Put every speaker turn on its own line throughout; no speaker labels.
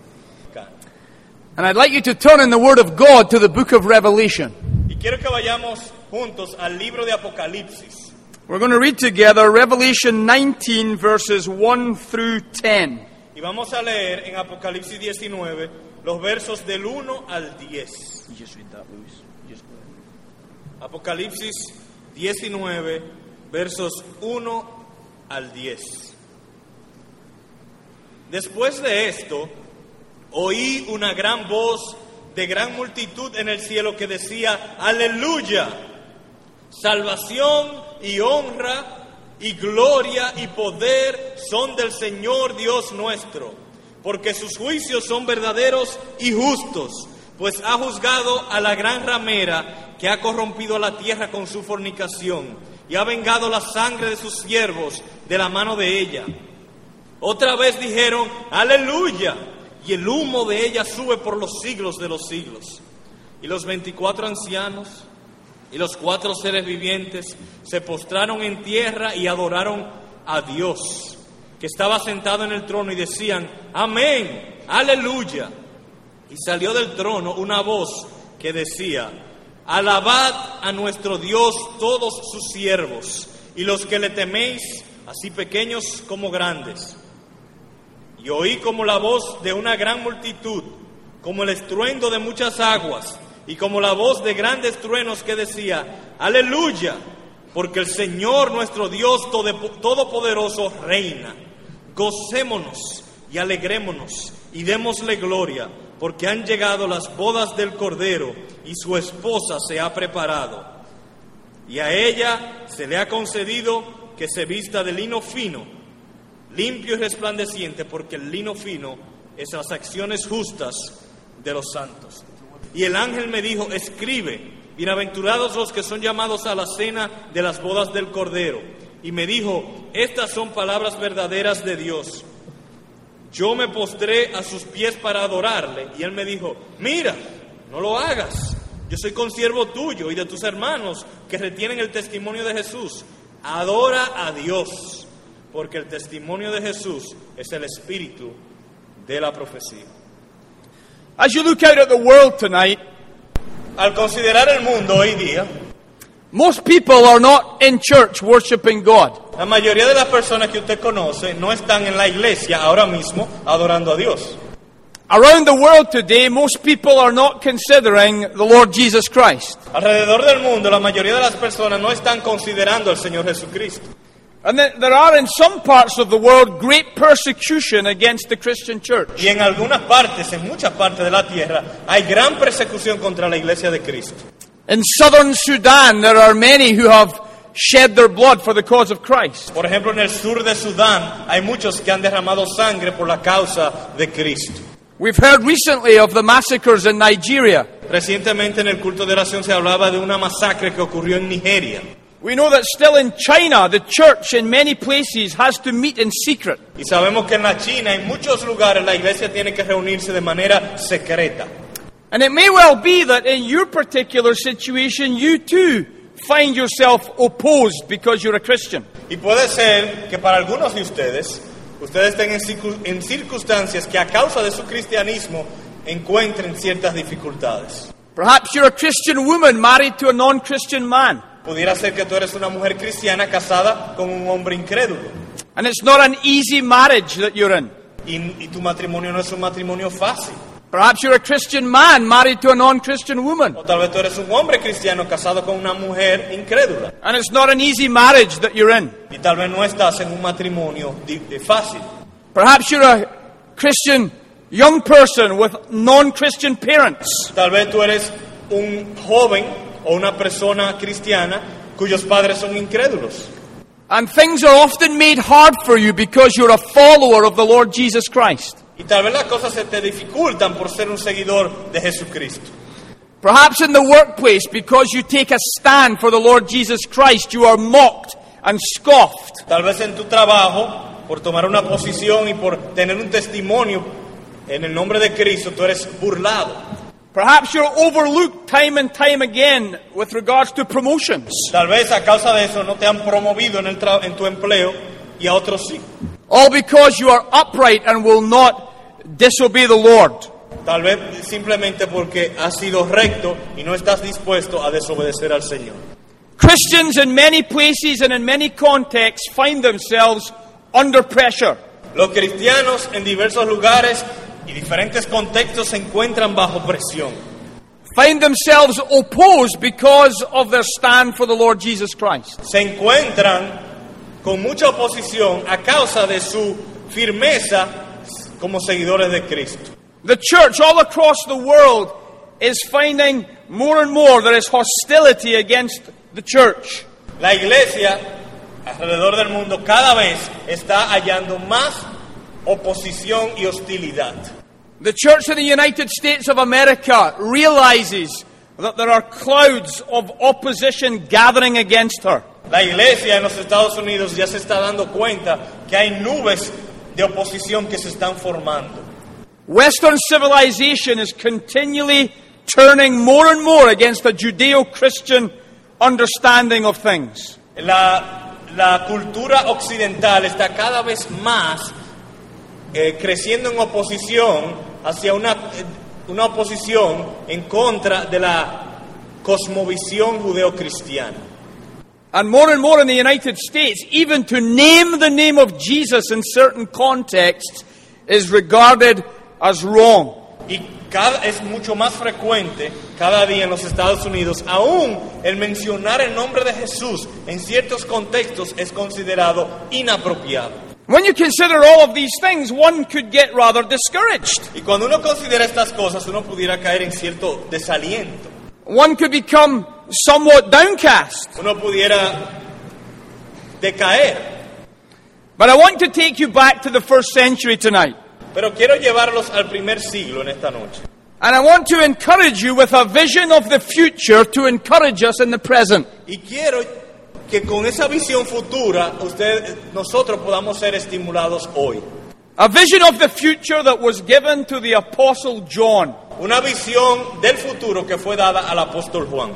significa.
And I'd like you to turn in the Word of God to the book of Revelation.
Y quiero que vayamos juntos al libro de Apocalipsis.
We're going to read together Revelation 19, verses 1 through 10.
Y vamos a leer en Apocalipsis 19 los versos del 1 al 10. Apocalipsis 19, versos 1 al 10. Después de esto, oí una gran voz de gran multitud en el cielo que decía, aleluya, salvación y honra y gloria y poder son del Señor Dios nuestro, porque sus juicios son verdaderos y justos, pues ha juzgado a la gran ramera que ha corrompido la tierra con su fornicación y ha vengado la sangre de sus siervos de la mano de ella. Otra vez dijeron, aleluya, y el humo de ella sube por los siglos de los siglos. Y los veinticuatro ancianos y los cuatro seres vivientes se postraron en tierra y adoraron a Dios, que estaba sentado en el trono, y decían, amén, aleluya. Y salió del trono una voz que decía, alabad a nuestro Dios todos sus siervos, y los que le teméis, así pequeños como grandes. Y oí como la voz de una gran multitud, como el estruendo de muchas aguas, y como la voz de grandes truenos que decía, aleluya, porque el Señor nuestro Dios tode- Todopoderoso reina. Gocémonos y alegrémonos y démosle gloria, porque han llegado las bodas del Cordero y su esposa se ha preparado. Y a ella se le ha concedido que se vista de lino fino, limpio y resplandeciente, porque el lino fino es las acciones justas de los santos. Y el ángel me dijo, escribe, bienaventurados los que son llamados a la cena de las bodas del Cordero. Y me dijo, estas son palabras verdaderas de Dios. Yo me postré a sus pies para adorarle y él me dijo, mira, no lo hagas. Yo soy consiervo tuyo y de tus hermanos que retienen el testimonio de Jesús. Adora a Dios, porque el testimonio de Jesús es el espíritu de la profecía.
As you look out at the world tonight,
Al considerar el mundo hoy día,
most people are not in church worshiping God.
la mayoría de las personas que usted conoce no están en la iglesia ahora mismo adorando a Dios.
Around the world today, most people are not considering the Lord Jesus Christ.
Alrededor del mundo, la mayoría de las personas no están considerando al Señor Jesucristo.
And that there are in some parts of the world great persecution against the Christian church.
Y en algunas partes, en muchas partes de la tierra, hay gran persecución contra la iglesia de Cristo.
In southern Sudan, there are many who have shed their blood for the cause of Christ.
Por ejemplo, en el sur de Sudán hay muchos que han derramado sangre por la causa de Cristo.
We've heard recently of the massacres in Nigeria.
Recientemente en el culto de oración se hablaba de una masacre que ocurrió en Nigeria.
We know that still in China, the church in many places has to meet in secret.
Y sabemos que en la China, en muchos lugares, la iglesia tiene que reunirse de manera secreta.
And it may well be that in your particular situation, you too find yourself opposed because you're a Christian.
Y puede ser que para algunos de ustedes, ustedes estén en circu- en circunstancias que a causa de su cristianismo encuentren ciertas dificultades.
Perhaps you're a Christian woman married to a non Christian man.
Pudiera ser que tú eres una mujer cristiana casada con un hombre incrédulo
And it's not an easy marriage that you're in.
y, y tu matrimonio no es un matrimonio fácil.
Perhaps you're a Christian man married to a non Christian woman.
O tal vez tú eres un hombre cristiano casado con una mujer incrédula
And it's not an easy marriage that you're in.
y tal vez no estás en un matrimonio di- de fácil.
Perhaps you're a Christian young person with non Christian parents.
Tal vez tú eres un joven o una persona cristiana cuyos padres son incrédulos
And things are often made hard for you because you're a follower of the Lord Jesus Christ.
y tal vez las cosas se te dificultan por ser un seguidor de Jesucristo.
Perhaps in the workplace, because you take a stand for the Lord Jesus Christ, you are mocked and scoffed.
Tal vez en tu trabajo, por tomar una posición y por tener un testimonio en el nombre de Cristo, tú eres burlado.
Perhaps you're overlooked time and time again with regards to promotions.
Tal vez a causa de eso no te han promovido en, el tra- en tu empleo y a otros sí.
All because you are upright and will not disobey the Lord.
Tal vez simplemente porque has sido recto y no estás dispuesto a desobedecer al Señor.
Christians in many places and in many contexts find themselves under pressure.
Los cristianos en diversos lugares y diferentes contextos se encuentran bajo presión.
find themselves opposed because of their stand for the Lord Jesus Christ.
Se encuentran con mucha oposición a causa de su firmeza como seguidores de Cristo.
The church all across the world is finding more and more there is hostility against the church.
La iglesia alrededor del mundo cada vez está hallando más oposición y hostilidad.
The church of the United States of America realizes that there are clouds of opposition gathering against her.
La iglesia en los Estados Unidos ya se está dando cuenta que hay nubes de oposición que se están formando.
Western civilization is continually turning more and more against a Judeo Christian understanding of things.
La, la cultura occidental está cada vez más eh, creciendo en oposición hacia una, eh, una oposición en contra de la cosmovisión judeocristiana.
And more and more in the United States, even to name the name of Jesus in certain contexts is regarded as wrong.
Y cada, es mucho más frecuente cada día en los Estados Unidos. Aún el mencionar el nombre de Jesús en ciertos contextos es considerado inapropiado.
When you consider all of these things, one could get rather discouraged.
Y cuando uno considera estas cosas, uno pudiera caer en cierto desaliento.
One could become somewhat downcast.
Uno pudiera decaer.
But I want to take you back to the first century tonight.
Pero quiero llevarlos al primer siglo en esta noche.
And I want to encourage you with a vision of the future to encourage us in the present.
Y quiero que con esa visión futura, usted, nosotros podamos ser estimulados hoy.
A vision of the future that was given to the Apostle John.
Una visión del futuro que fue dada al apóstol Juan.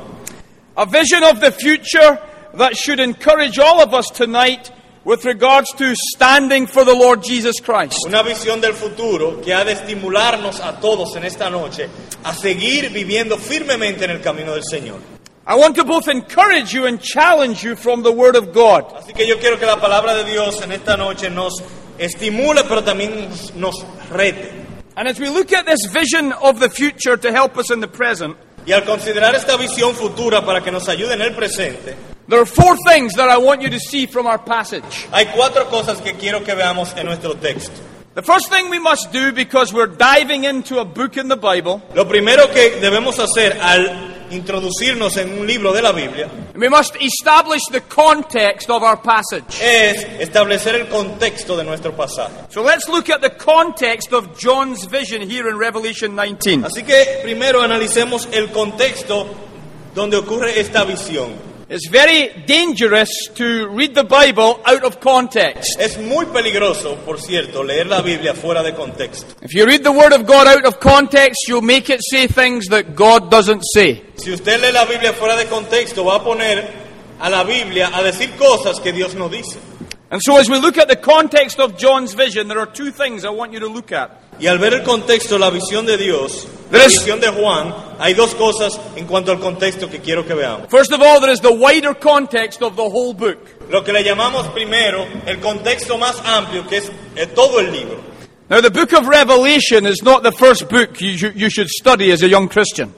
A vision of the future that should encourage all of us tonight with regards to standing for the Lord Jesus Christ.
Una visión del futuro que ha de estimularnos a todos en esta noche a seguir viviendo firmemente en el camino del Señor.
I want to both encourage you and challenge you from the Word of God.
Así que yo quiero que la palabra de Dios en esta noche nos estimule, pero también nos, nos rete.
And as we look at this vision of the future to help us in the present,
Y al considerar esta visión futura para que nos ayude en el presente,
there are four things that I want you to see from our passage.
hay cuatro cosas que quiero que veamos en nuestro texto.
The first thing we must do because we're diving into a book in the Bible,
Lo primero que debemos hacer al introducirnos en un libro de la Biblia
we must establish the context of our passage.
es establecer el contexto de nuestro pasaje.
So let's look at the context of John's vision here in Revelation 19.
Así que primero analicemos el contexto donde ocurre esta visión.
It's very dangerous to read the Bible out of context.
Es muy peligroso, por cierto, leer la Biblia fuera de contexto.
If you read the Word of God out of context, you'll make it say things that God doesn't say.
Si usted lee la Biblia fuera de contexto, va a poner a la Biblia a decir cosas que Dios no dice.
And so, as we look at the context of John's vision, there are two things I want you to look at.
Y al ver el contexto, la visión de Dios, la
Tres.
visión de Juan, hay dos cosas en cuanto al contexto que quiero que veamos.
First of all, there is the wider context of the whole book.
Lo que le llamamos primero el contexto más amplio, que es eh, todo el libro.
Now, the book of Revelation is not the first book you, should- you should study as a young Christian.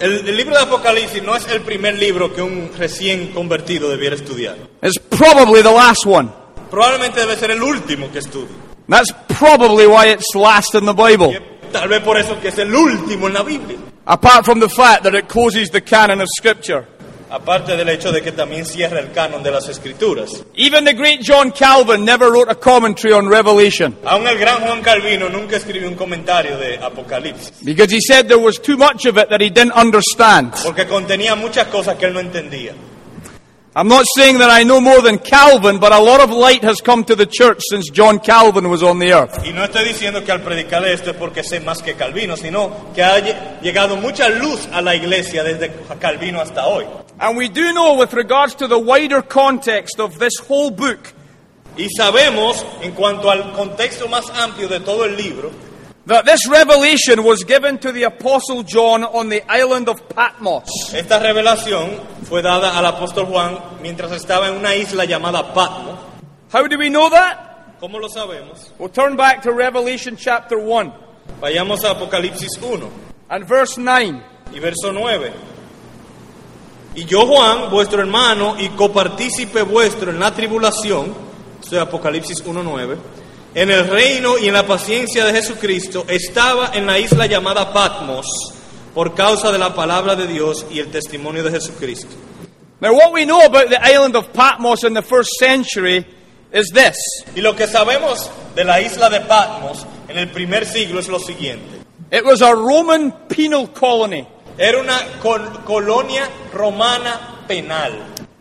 El, el libro de Apocalipsis no es el primer libro que un recién convertido debiera estudiar.
It's probably the last one.
Probablemente debe ser el último que estudie.
That's probably why it's last in the Bible,
Tal vez por eso que es el último en la Biblia.
apart from the fact that it closes the canon of Scripture.
Aparte del hecho de que también cierra el canon de las escrituras.
Even the great John Calvin never wrote a commentary on Revelation
Aún el gran Juan Calvino nunca escribió un comentario de Apocalipsis,
because he said there was too much of it that he didn't understand.
porque contenía muchas cosas que él no entendía.
I'm not saying that I know more than Calvin, but a lot of light has come to the church since John Calvin was on the earth.
Y no estoy diciendo que al predicar esto es porque sé más que Calvino, sino que ha lle- llegado mucha luz a la iglesia desde Calvino hasta hoy.
And we do know, with regards to the wider context of this whole book,
Y sabemos, en cuanto al contexto más amplio de todo el libro,
that this revelation was given to the Apostle John on the island of Patmos.
Esta revelación fue dada al apóstol Juan mientras estaba en una isla llamada Patmos.
How do we know that?
¿Cómo lo sabemos?
We'll turn back to Revelation chapter 1
Vayamos a Apocalipsis 1.
and verse 9.
Y verso 9. Y yo, Juan, vuestro hermano y copartícipe vuestro en la tribulación, esto es Apocalipsis 1.9, en el reino y en la paciencia de Jesucristo, estaba en la isla llamada Patmos por causa de la palabra de Dios y el testimonio de Jesucristo.
Now, what we know about the island of Patmos in the first century is this
Y lo que sabemos de la isla de Patmos en el primer siglo es lo siguiente.
it was a Roman penal colony.
Era una col- colonia romana penal.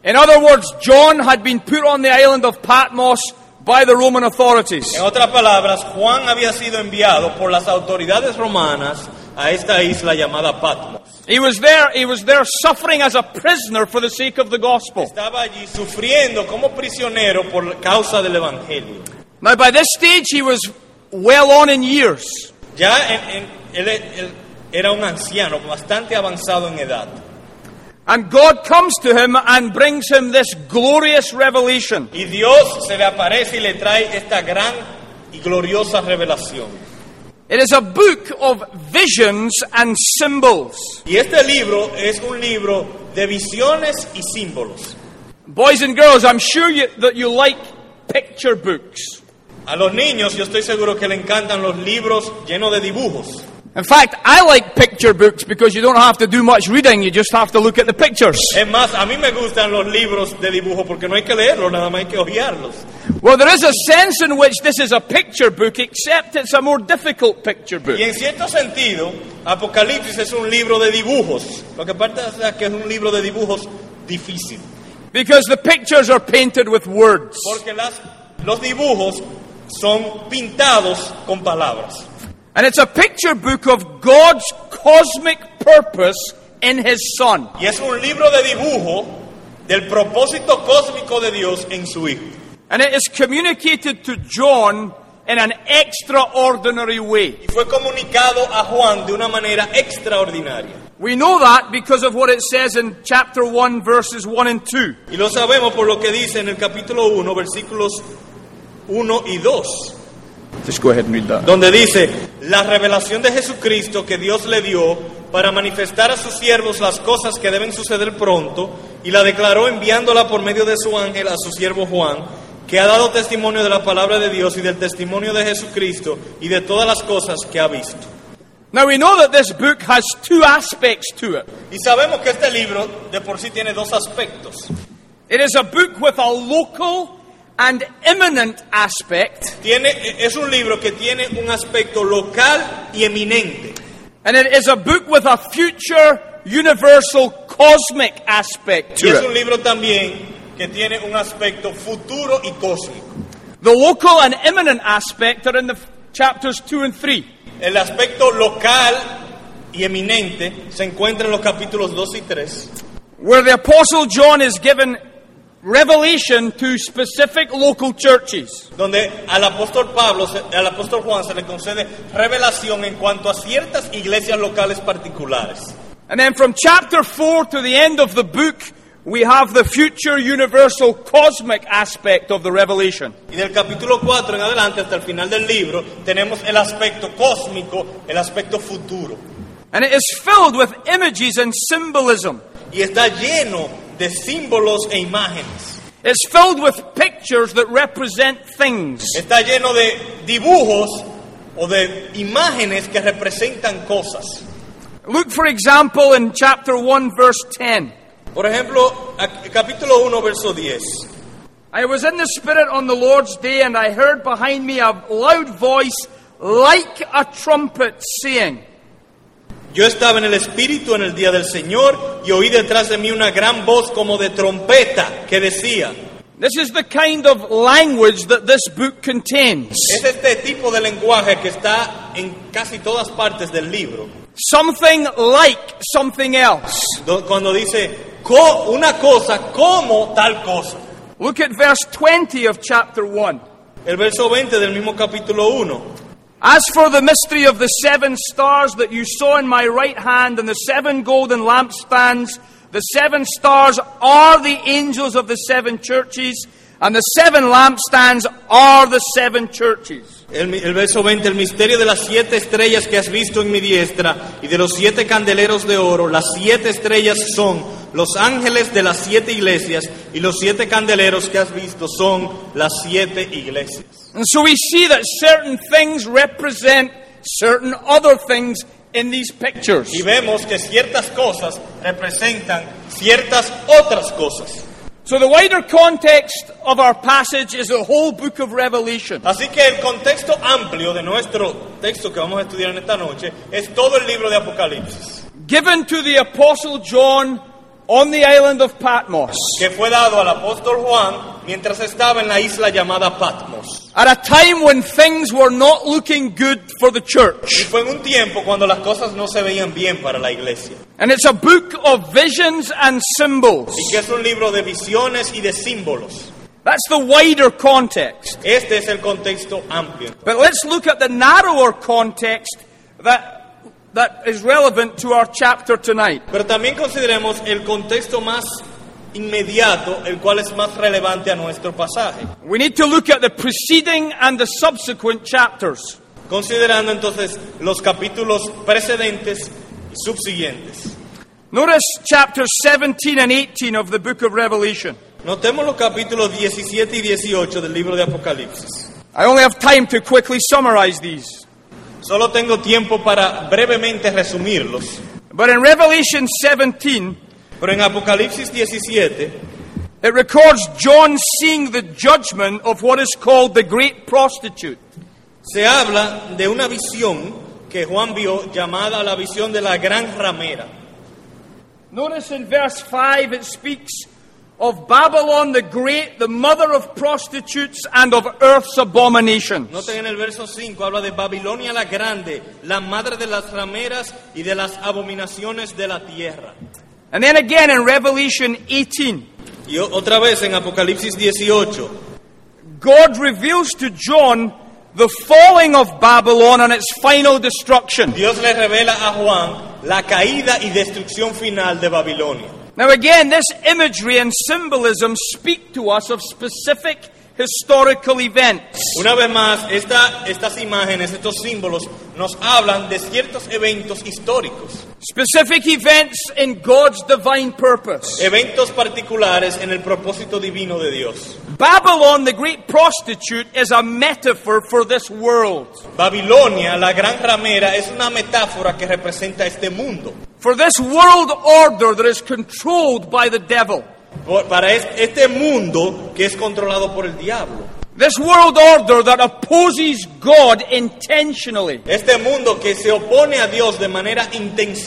In other words, John had been put on the island of Patmos by the Roman authorities.
En otras palabras, Juan había sido enviado por las autoridades romanas a esta isla llamada Patmos.
He was there, he was there suffering as a prisoner for the sake of the gospel.
Estaba allí sufriendo como prisionero por causa del Evangelio.
Now, by this stage, he was well on in years.
Ya en- en- él, él era un anciano bastante avanzado en edad.
And God comes to him and brings him this glorious revelation.
Y Dios se le aparece y le trae esta gran y gloriosa revelación.
It is a book of visions and symbols.
Y este libro es un libro de visiones y símbolos.
Boys and girls, I'm sure you, that you like picture books.
A los niños yo estoy seguro que le encantan los libros llenos de dibujos.
In fact, I like picture books because you don't have to do much reading, you just have to look at the pictures.
Es más, a mí me gustan los libros de dibujo porque no hay que leerlos, nada más hay que hojearlos.
Well, there is a sense in which this is a picture book, except it's a more difficult picture book.
Y en cierto sentido, Apocalipsis es un libro de dibujos. Lo que pasa es que es un libro de dibujos difícil.
Because the pictures are painted with words.
Porque las, los dibujos son pintados con palabras.
And it's a picture book of God's cosmic purpose in His Son.
Y es un libro de dibujo del propósito cósmico de Dios en su Hijo.
And it is communicated to John in an extraordinary way.
Y fue comunicado a Juan de una manera extraordinaria.
We know that because of what it says in chapter 1, verses 1 and 2.
Y lo sabemos por lo que dice en el capítulo 1, versículos 1 y 2.
Just go ahead and read that.
donde dice, la revelación de Jesucristo que Dios le dio para manifestar a sus siervos las cosas que deben suceder pronto, y la declaró enviándola por medio de su ángel a su siervo Juan, que ha dado testimonio de la palabra de Dios y del testimonio de Jesucristo y de todas las cosas que ha visto.
Now we know that this book has two aspects to it.
Y sabemos que este libro de por sí tiene dos aspectos.
It is a book with a local and imminent aspect,
Tiene, es un libro que tiene un aspecto local y eminente.
and it is a book with a future universal cosmic aspect to
Y es un
it.
libro también que tiene un aspecto futuro y cósmico.
The local and imminent aspect are in the f- chapters 2 and 3.
El aspecto local y eminente se encuentra en los capítulos 2 y 3,
where the Apostle John is given revelation to specific local churches.
donde al apóstol Pablo, se- al apóstol Juan se le concede revelación en cuanto a ciertas iglesias locales particulares.
And then from chapter 4 to the end of the book, we have the future universal cosmic aspect of the revelation.
Y del capítulo 4 en adelante hasta el final del libro tenemos el aspecto cósmico, el aspecto futuro.
And it is filled with images and symbolism.
Y está lleno de símbolos e imágenes.
It's filled with pictures that represent things.
Está lleno de dibujos o de imágenes que representan cosas.
Look, for example, in chapter 1, verse 10.
Por ejemplo, ac- capítulo 1, verso 10.
I was in the Spirit on the Lord's day, and I heard behind me a loud voice like a trumpet saying,
Yo estaba en el Espíritu en el día del Señor y oí detrás de mí una gran voz como de trompeta que decía,
This is the kind of language that this book contains.
es este tipo de lenguaje que está en casi todas partes del libro,
Something like something else.
do- cuando dice "Co- una cosa como tal cosa.
Look at verse 20 of chapter 1.
El verso 20 del mismo capítulo 1.
As for the mystery of the seven stars that you saw in my right hand and the seven golden lampstands, the seven stars are the angels of the seven churches, and the seven lampstands are the seven churches.
El, el verso 20, el misterio de las siete estrellas que has visto en mi diestra y de los siete candeleros de oro, las siete estrellas son los ángeles de las siete iglesias y los siete candeleros que has visto son las siete iglesias.
And so we see that certain things represent certain other things in these pictures.
Y vemos que ciertas cosas representan ciertas otras cosas.
So the wider context of our passage is the whole book of Revelation.
Así que el contexto amplio de nuestro texto que vamos a estudiar en esta noche es todo el libro de Apocalipsis,
given to the Apostle John on the island of Patmos
que fue dado al apóstol Juan mientras estaba en la isla llamada Patmos.
at a time when things were not looking good for the
Y
church.
fue en un tiempo cuando las cosas no se veían bien para la iglesia.
And it's a book of visions and symbols.
Y que es un libro de visiones y de símbolos.
That's the wider context.
Este es el contexto amplio.
But let's look at the narrower context that, that is relevant to our chapter tonight.
Pero también consideremos el contexto más inmediato, el cual es más relevante a nuestro pasaje.
We need to look at the preceding and the subsequent chapters.
Considerando entonces los capítulos precedentes y subsiguientes.
Notice chapters 17 and 18 of the book of Revelation.
Notemos los capítulos 17 y 18 del libro de Apocalipsis.
I only have time to quickly summarize these.
Solo tengo tiempo para brevemente resumirlos.
But in Revelation 17,
Pero en Apocalipsis 17
it records John seeing the judgment of what is called the great prostitute.
se habla de una visión que Juan vio llamada la visión de la gran ramera.
Notice in verse 5, it speaks of Babylon the Great, the mother of prostitutes and of earth's abominations.
Noten en el verso 5, habla de Babilonia la Grande, la madre de las rameras y de las abominaciones de la tierra.
And then again in Revelation 18,
Y o- otra vez en Apocalipsis 18,
God reveals to John the falling of Babylon and its final destruction.
Dios le revela a Juan la caída y destrucción final de Babilonia.
Now, again, this imagery and symbolism speak to us of specific historical events.
Una vez más, esta- estas imágenes, estos símbolos nos hablan de ciertos eventos históricos,
Specific events in God's divine purpose.
eventos particulares en el propósito divino de Dios.
Babylon, the great prostitute, is a metaphor for this world,
Babilonia, la gran ramera, es una metáfora que representa este mundo.
for this world order that is controlled by the devil.
Por- para es- este mundo que es controlado por el diablo.
This world order that opposes God intentionally.
Este mundo que se opone a Dios de manera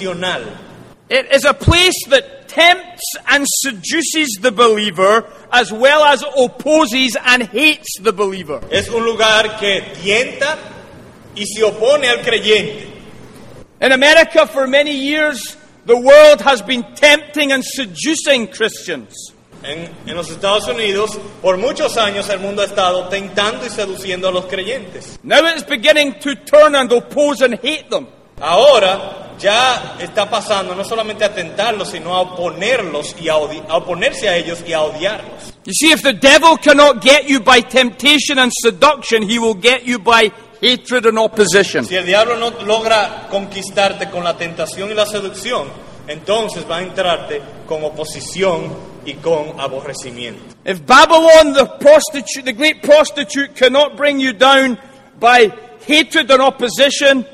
intencional.
It is a place that tempts and seduces the believer as well as opposes and hates the believer.
Es un lugar que tienta y se opone al creyente.
In America, for many years, the world has been tempting and seducing Christians.
En, en los Estados Unidos, por muchos años el mundo ha estado tentando y seduciendo a los creyentes.
Now it's beginning to turn and oppose and hate them.
Ahora ya está pasando no solamente a tentarlos, sino a oponerlos y a, odi- a oponerse a ellos y a odiarlos.
You see, if the devil cannot get you by temptation and seduction, he will get you by hatred and opposition.
Si el diablo no logra conquistarte con la tentación y la seducción, entonces va a entrarte con oposición y con aborrecimiento.
If Babylon, the prostitute, the great prostitute, cannot bring you down by hatred and opposition,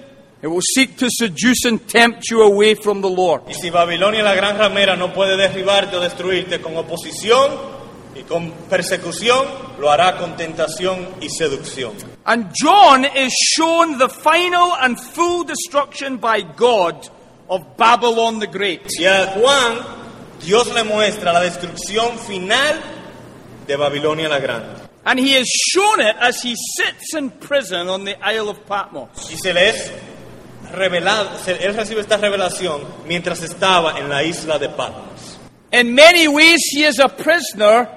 it will seek to seduce and tempt you away from the Lord.
Y si Babilonia la gran ramera no puede derribarte o destruirte con oposición y con persecución, lo hará con tentación y seducción.
And John is shown the final and full destruction by God of Babylon the Great.
Y a Juan, Dios le muestra la destrucción final de Babilonia la Grande.
And he is shown it as he sits in prison on the Isle of Patmos.
Y se le es revelado, se- él recibe esta revelación mientras estaba en la isla de Patmos.
In many ways, he is a prisoner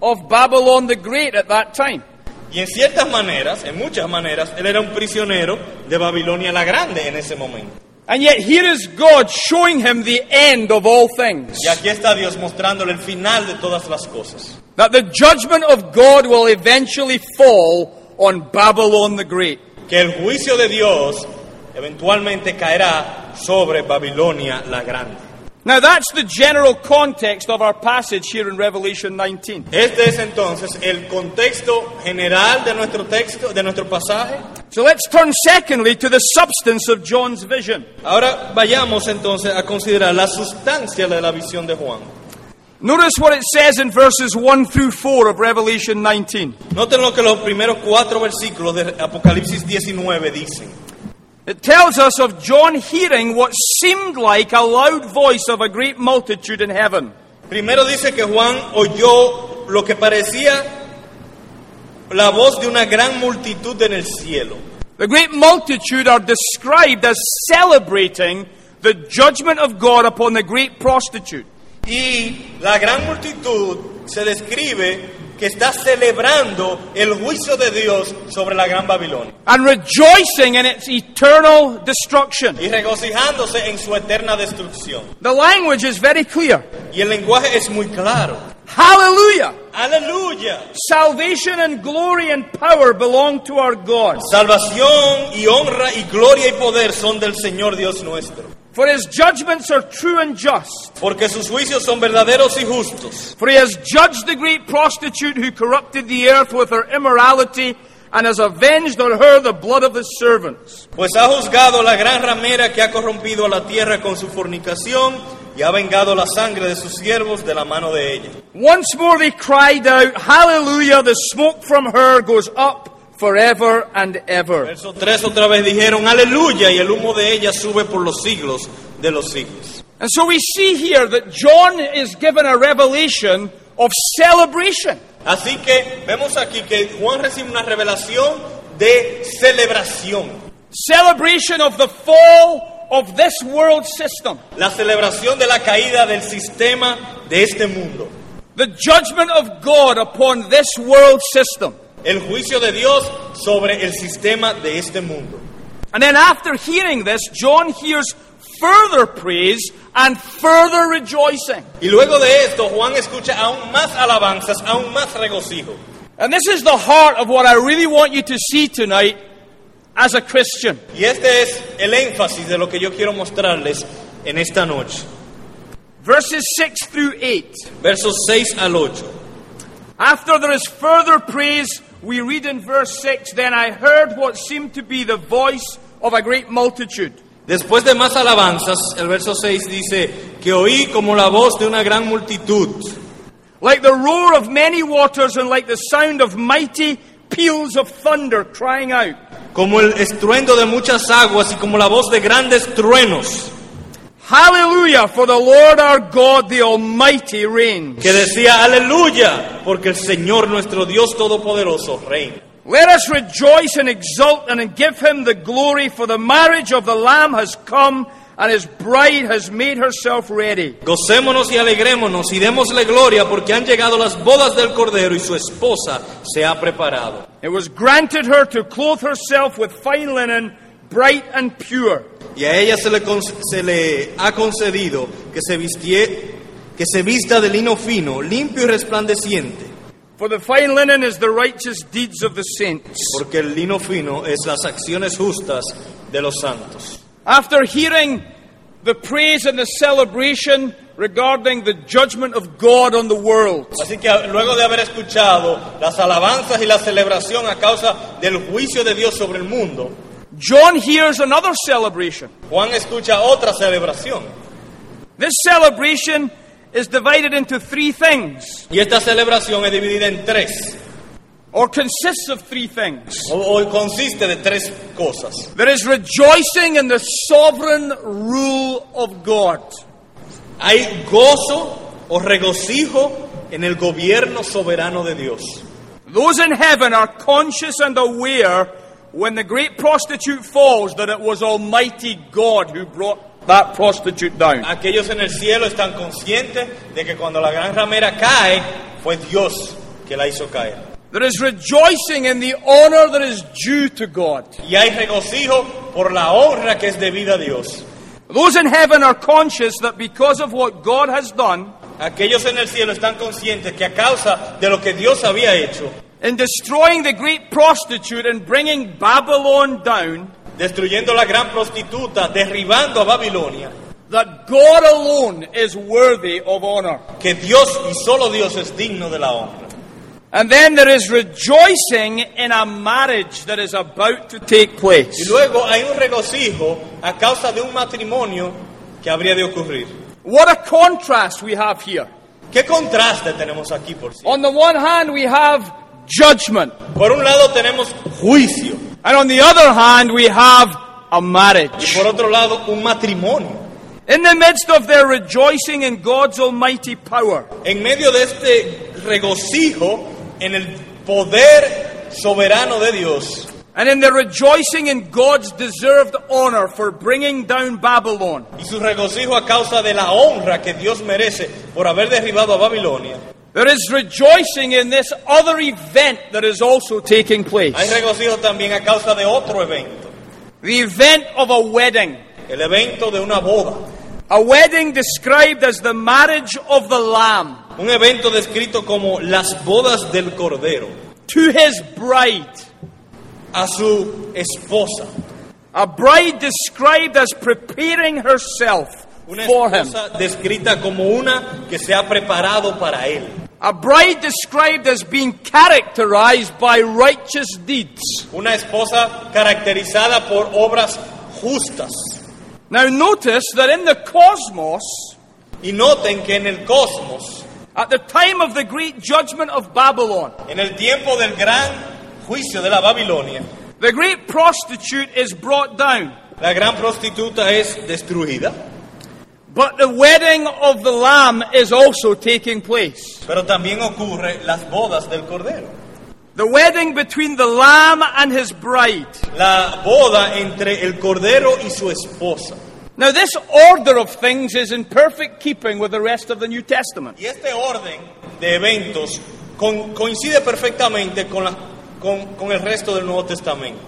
of Babylon the Great at that time.
Y en ciertas maneras, en muchas maneras, él era un prisionero de Babilonia la Grande en ese momento.
And yet, here is God showing him the end of all things.
Y aquí está Dios mostrándole el final de todas las cosas.
That the judgment of God will eventually fall on Babylon the Great.
Que el juicio de Dios eventualmente caerá sobre Babilonia la Grande.
Now, that's the general context of our passage here in Revelation 19.
Este es entonces el contexto general de nuestro texto, de nuestro pasaje.
So let's turn secondly to the substance of John's vision.
Ahora vayamos entonces a considerar la sustancia de la visión de Juan.
Notice what it says in verses 1 through 4 of Revelation 19.
Noten lo que los primeros cuatro versículos de Apocalipsis 19 dicen.
It tells us of John hearing what seemed like a loud voice of a great multitude in heaven.
Primero dice que Juan oyó lo que parecía la voz de una gran multitud en el cielo.
The great multitude are described as celebrating the judgment of God upon the great prostitute.
Y la gran multitud se describe que está celebrando el juicio de Dios sobre la gran Babilonia
and rejoicing in its eternal destruction.
y regocijándose en su eterna destrucción.
The language is very clear.
Y el lenguaje es muy claro.
Hallelujah!
Aleluya.
Salvation and glory and power belong to our God.
Salvación y honra y gloria y poder son del Señor Dios nuestro.
For his judgments are true and just.
Porque sus juicios son verdaderos y justos.
For he has judged the great prostitute who corrupted the earth with her immorality and has avenged on her the blood of his servants.
Pues ha juzgado la gran ramera que ha corrompido a la tierra con su fornicación y ha vengado la sangre de sus siervos de la mano de ella.
Once more they cried out, Hallelujah, the smoke from her goes up forever and ever.
Verso 3 otra vez dijeron, aleluya, y el humo de ella sube por los siglos de los siglos.
And so we see here that John is given a revelation of celebration.
Así que vemos aquí que Juan recibe una revelación de celebración.
Celebration of the fall of this world system.
La celebración de la caída del sistema de este mundo.
The judgment of God upon this world system.
El juicio de Dios sobre el sistema de este mundo.
And then after hearing this, John hears further praise and further rejoicing.
Y luego de esto, Juan escucha aún más alabanzas, aún más regocijo.
And this is the heart of what I really want you to see tonight as a Christian.
Y este es el énfasis de lo que yo quiero mostrarles en esta noche.
Verses 6 through 8.
Versos 6 al 8.
After there is further praise, we read in verse 6 Then I heard what seemed to be the voice of a great multitude,
Después de más alabanzas, el verso 6 dice que oí como la voz de una gran multitud,
like the roar of many waters and like the sound of mighty peals of thunder crying out.
como el estruendo de muchas aguas y como la voz de grandes truenos,
Hallelujah, for the Lord our God, the Almighty, reigns.
que decía aleluya, porque el Señor nuestro Dios Todopoderoso reina.
Let us rejoice and exult and give him the glory, for the marriage of the Lamb has come, and his bride has made herself ready.
Gocémonos y alegrémonos y démosle gloria porque han llegado las bodas del Cordero y su esposa se ha preparado.
It was granted her to clothe herself with fine linen, bright and pure.
Y a ella se le, con- se le ha concedido que se, vistie- que se vista de lino fino, limpio y resplandeciente.
For the fine linen is the righteous deeds of the saints.
Porque el lino fino es las acciones justas de los santos.
After hearing the praise and the celebration regarding the judgment of God on the world,
Así que luego de haber escuchado las alabanzas y la celebración a causa del juicio de Dios sobre el mundo,
John hears another celebration.
Juan escucha otra celebración.
This celebration is divided into three things,
Y esta celebración es dividida en tres,
or consists of three things.
o, o consiste de tres cosas.
There is rejoicing in the sovereign rule of God.
Hay gozo o regocijo en el gobierno soberano de Dios.
Those in heaven are conscious and aware when the great prostitute falls that it was Almighty God who brought that prostitute down.
Aquellos en el cielo están conscientes de que cuando la gran ramera cae, fue Dios que la hizo caer.
There is rejoicing in the honor that is due to God.
Y hay regocijo por la honra que es debida a Dios.
Those in heaven are conscious that because of what God has done,
Aquellos en el cielo están conscientes que a causa de lo que Dios había hecho,
in destroying the great prostitute and bringing Babylon down,
destruyendo la gran prostituta, derribando a Babilonia,
that God alone is worthy of honor.
que Dios y solo Dios es digno de la honra.
And then there is rejoicing in a marriage that is about to take place.
Y luego hay un regocijo a causa de un matrimonio que habría de ocurrir.
What a contrast we have here.
¿Qué contraste tenemos aquí por sí?
On the one hand, we have judgment,
Por un lado tenemos juicio
and on the other hand, we have a
y
marriage.
por otro lado un matrimonio.
In the midst of their rejoicing in God's almighty power,
En medio de este regocijo en el poder soberano de Dios
and in their rejoicing in God's deserved honor for bringing down Babylon,
y su regocijo a causa de la honra que Dios merece por haber derribado a Babilonia,
there is rejoicing in this other event that is also taking place
hay regocijo también a causa de otro evento,
the event of a wedding.
el evento de una boda,
A wedding described as the marriage of the Lamb
un evento descrito como las bodas del Cordero,
to his bride.
a su esposa,
A bride described as preparing herself
una
for him.
esposa descrita como una que se ha preparado para él.
A bride described as being characterized by righteous deeds.
Una esposa caracterizada por obras justas.
Now, notice that in the cosmos,
Y noten que en el cosmos,
at the time of the great judgment of Babylon,
en el tiempo del gran juicio de la Babilonia,
the great prostitute is brought down,
la gran prostituta es destruida,
but the wedding of the Lamb is also taking place.
pero también ocurre las bodas del Cordero.
The wedding between the Lamb and his bride.
La boda entre el Cordero y su esposa.
Now, this order of things is in perfect keeping with the rest of the New Testament.
Y este orden de eventos con- coincide perfectamente con, la- con- con el resto del Nuevo Testamento.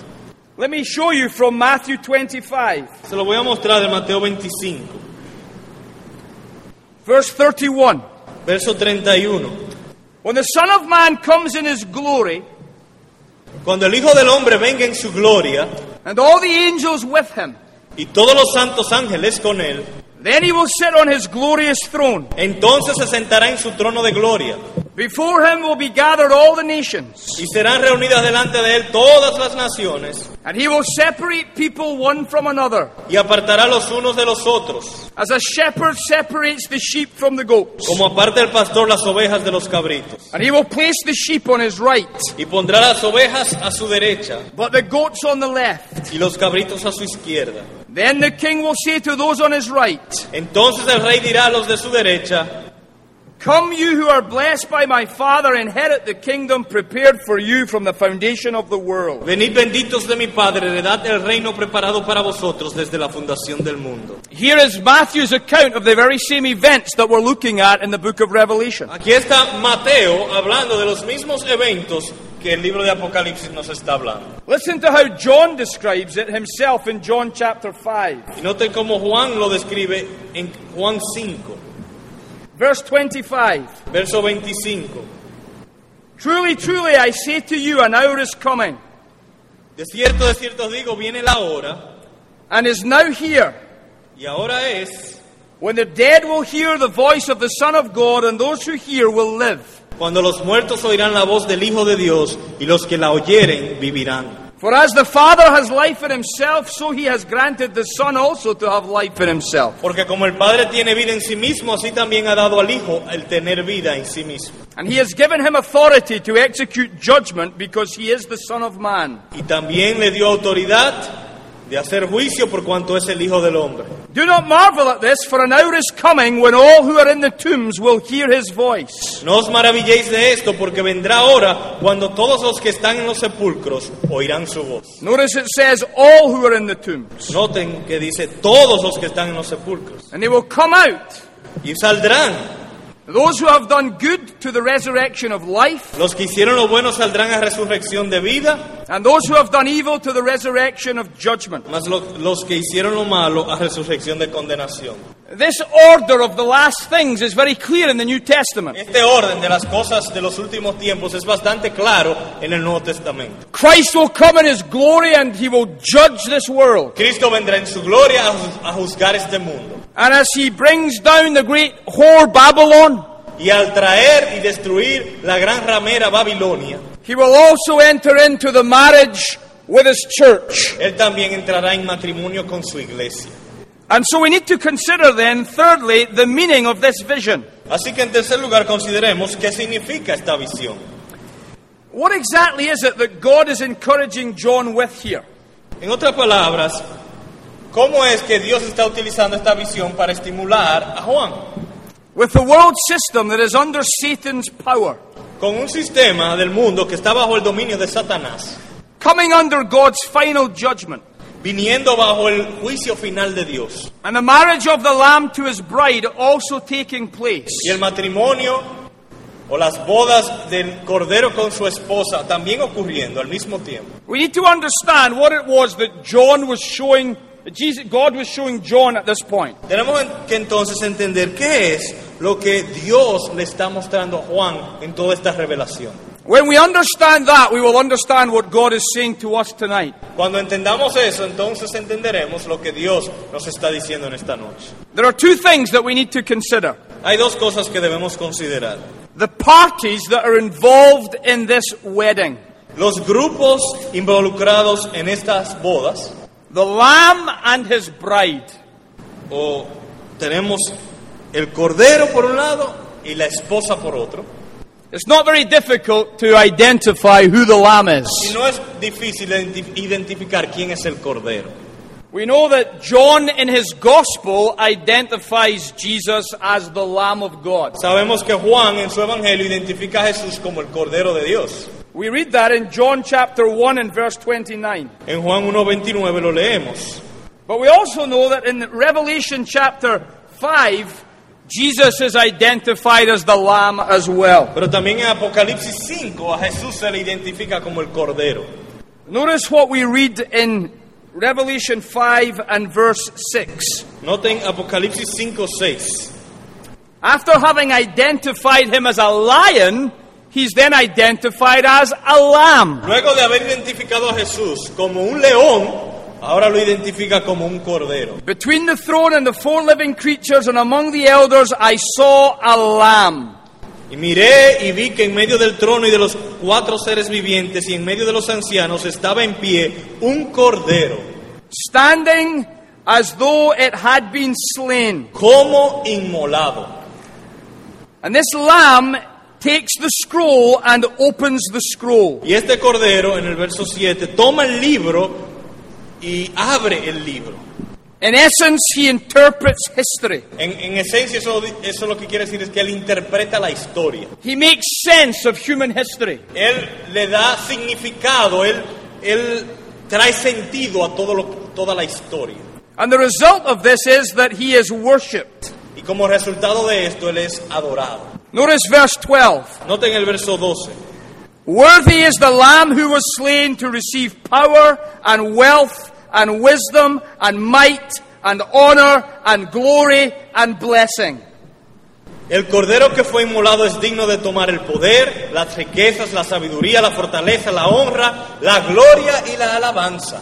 Let me show you from Matthew 25,
Se lo voy a mostrar de Mateo 25,
verse 31.
verso 31.
When the Son of Man comes in his glory,
Cuando el Hijo del Hombre venga en su gloria
and all the angels with him,
y todos los santos ángeles con él,
then he will sit on his glorious throne.
entonces se sentará en su trono de gloria
Before him will be gathered all the nations,
y serán reunidas delante de él todas las naciones
and he will separate people one from another,
y apartará los unos de los otros,
as a shepherd separates the sheep from the goats.
como aparta el pastor las ovejas de los cabritos.
And he will place the sheep on his right,
Y pondrá las ovejas a su derecha
but the goats on the left.
y los cabritos a su izquierda.
Then the king will say to those on his right,
Entonces el rey dirá a los de su derecha,
Come, you who are blessed by my Father, inherit the kingdom prepared for you from the foundation of the world.
venid benditos de mi Padre, heredad el reino preparado para vosotros desde la fundación del mundo.
Here is Matthew's account of the very same events that we're looking at in the book of Revelation.
Aquí está Mateo hablando de los mismos eventos que el libro de Apocalipsis nos está hablando.
Listen to how John describes it himself in John chapter 5,
Y noten cómo Juan lo describe en Juan 5,
verse 25.
verso 25.
Truly, truly, I say to you, an hour is coming,
De cierto, de cierto os digo, viene la hora,
and is now here,
y ahora es
when the dead will hear the voice of the Son of God, and those who hear will live.
cuando los muertos oirán la voz del Hijo de Dios, y los que la oyeren vivirán.
For as the Father has life in himself, so he has granted the Son also to have life in himself.
Porque como el Padre tiene vida en sí mismo, así también ha dado al Hijo el tener vida en sí mismo.
And he has given him authority to execute judgment because he is the Son of Man.
Y también le dio autoridad de hacer juicio por cuanto es el Hijo del Hombre.
Do not marvel at this, for an hour is coming when all who are in the tombs will hear his voice.
No os maravilléis de esto, porque vendrá hora cuando todos los que están en los sepulcros oirán su voz.
Notice it says, all who are in the tombs.
Noten que dice todos los que están en los sepulcros.
And they will come out,
Y saldrán
Those who have done good to the resurrection of life,
Los que hicieron lo bueno saldrán a resurrección de vida,
and those who have done evil to the resurrection of judgment.
mas lo- los que hicieron lo malo a resurrección de condenación.
This order of the last things is very clear in the New Testament.
Este orden de las cosas de los últimos tiempos es bastante claro en el Nuevo Testamento.
Christ will come in his glory and he will judge this world.
Cristo vendrá en su gloria a ju- a juzgar este mundo.
And as he brings down the great whore Babylon,
Y al traer y destruir la gran ramera Babilonia,
he will also enter into the marriage with his church.
él también entrará en matrimonio con su iglesia.
And so we need to consider then, thirdly, the meaning of this vision.
Así que en tercer lugar consideremos qué significa esta visión.
What exactly is it that God is encouraging John with here?
En otras palabras, ¿cómo es que Dios está utilizando esta visión para estimular a Juan?
With the world system that is under Satan's power,
Con un sistema del mundo que está bajo el dominio de Satanás,
coming under God's final judgment,
viniendo bajo el juicio final de Dios.
and the marriage of the Lamb to his bride also taking place.
Y el matrimonio o las bodas del cordero con su esposa también ocurriendo al mismo tiempo.
We need to understand what it was that John was showing, that Jesus, God was showing John at this point.
Tenemos que entonces entender qué es lo que Dios le está mostrando a Juan en toda esta revelación.
When we understand that, we will understand what God is saying to us tonight.
Cuando entendamos eso, entonces entenderemos lo que Dios nos está diciendo en esta noche.
There are two things that we need to consider
Hay dos cosas que debemos considerar.
the parties that are involved in this wedding,
Los grupos involucrados en estas bodas,
the Lamb and his bride.
o tenemos el cordero por un lado y la esposa por otro.
It's not very difficult to identify who the Lamb
Y
is.
no es difícil identi- identificar quién es el cordero.
We know that John in his Gospel identifies Jesus as the Lamb of God.
Sabemos que Juan en su evangelio identifica a Jesús como el cordero de Dios.
We read that in John chapter 1 and verse 29.
En Juan 1.29 lo leemos.
But we also know that in Revelation chapter 5, Jesus is identified as the Lamb as well.
Pero también en Apocalipsis 5 a Jesús se le identifica como el Cordero.
Notice what we read in Revelation 5 and verse 6.
Noten Apocalipsis 5.6.
After having identified him as a lion, he's then identified as a lamb.
Luego de haber identificado a Jesús como un león, ahora lo identifica como un Cordero.
Between the throne and the four living creatures and among the elders, I saw a lamb.
Y miré y vi que en medio del trono y de los cuatro seres vivientes y en medio de los ancianos estaba en pie un Cordero,
standing as though it had been slain.
como inmolado.
And this lamb takes the scroll and opens the scroll.
Y este Cordero, en el verso 7, toma el libro y abre el libro.
In essence, he interprets history.
En, en esencia, eso, eso lo que quiere decir es que él interpreta la historia.
He makes sense of human history.
Él le da significado, él, él trae sentido a todo lo, toda la historia.
And the result of this is that he is worshipped.
Y como resultado de esto, él es adorado.
Notice verse 12.
Noten el verso 12.
Worthy is the lamb who was slain to receive power and wealth and wisdom and might and honor and glory and blessing.
El cordero que fue inmolado es digno de tomar el poder, las riquezas, la sabiduría, la fortaleza, la honra, la gloria y la alabanza.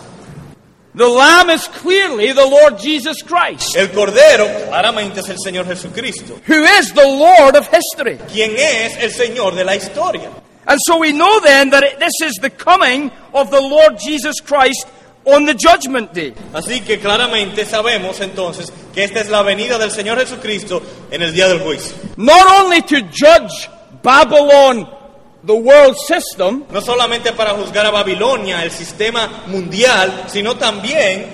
The Lamb is clearly the Lord Jesus Christ,
El cordero claramente es el Señor Jesucristo,
who is the Lord of history.
quien es el Señor de la historia.
And so we know then that it, this is the coming of the Lord Jesus Christ on the judgment day.
Así que claramente sabemos entonces que esta es la venida del Señor Jesucristo en el día del juicio.
Not only to judge Babylon, the world system,
No solamente para juzgar a Babilonia, el sistema mundial, sino también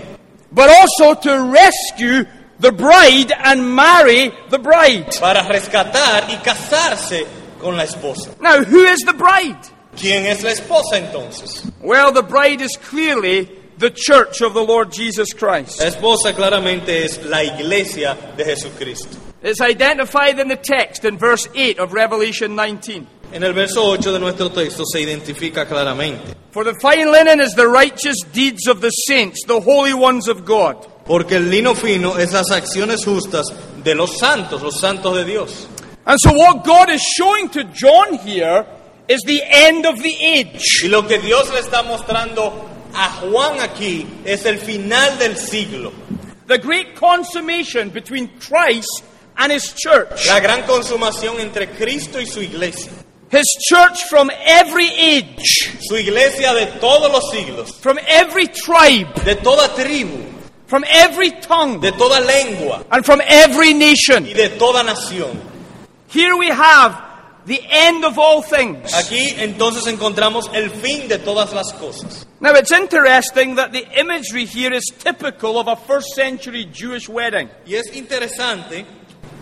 but also to rescue the bride and marry the bride.
para rescatar y casarse con la esposa.
Now, who is the bride?
¿Quién es la esposa entonces?
Well, the bride is clearly the church of the Lord Jesus Christ.
La esposa claramente es la iglesia de Jesucristo.
It's identified in the text in verse 8 of Revelation 19.
En el verso 8 de nuestro texto se identifica claramente.
For the fine linen is the righteous deeds of the saints, the holy ones of God.
Porque el lino fino es las acciones justas de los santos, los santos de Dios.
And so, what God is showing to John here is the end of the age.
Y lo que Dios le está mostrando a Juan aquí es el final del siglo.
The great consummation between Christ and his church.
La gran consumación entre Cristo y su iglesia.
His church from every age,
Su iglesia de todos los siglos,
from every tribe,
de toda tribu,
from every tongue,
de toda lengua
and from every nation.
y de toda nación.
Here we have the end of all things.
Aquí entonces encontramos el fin de todas las cosas.
Now, it's interesting that the imagery here is typical of a first century Jewish wedding.
Y es interesante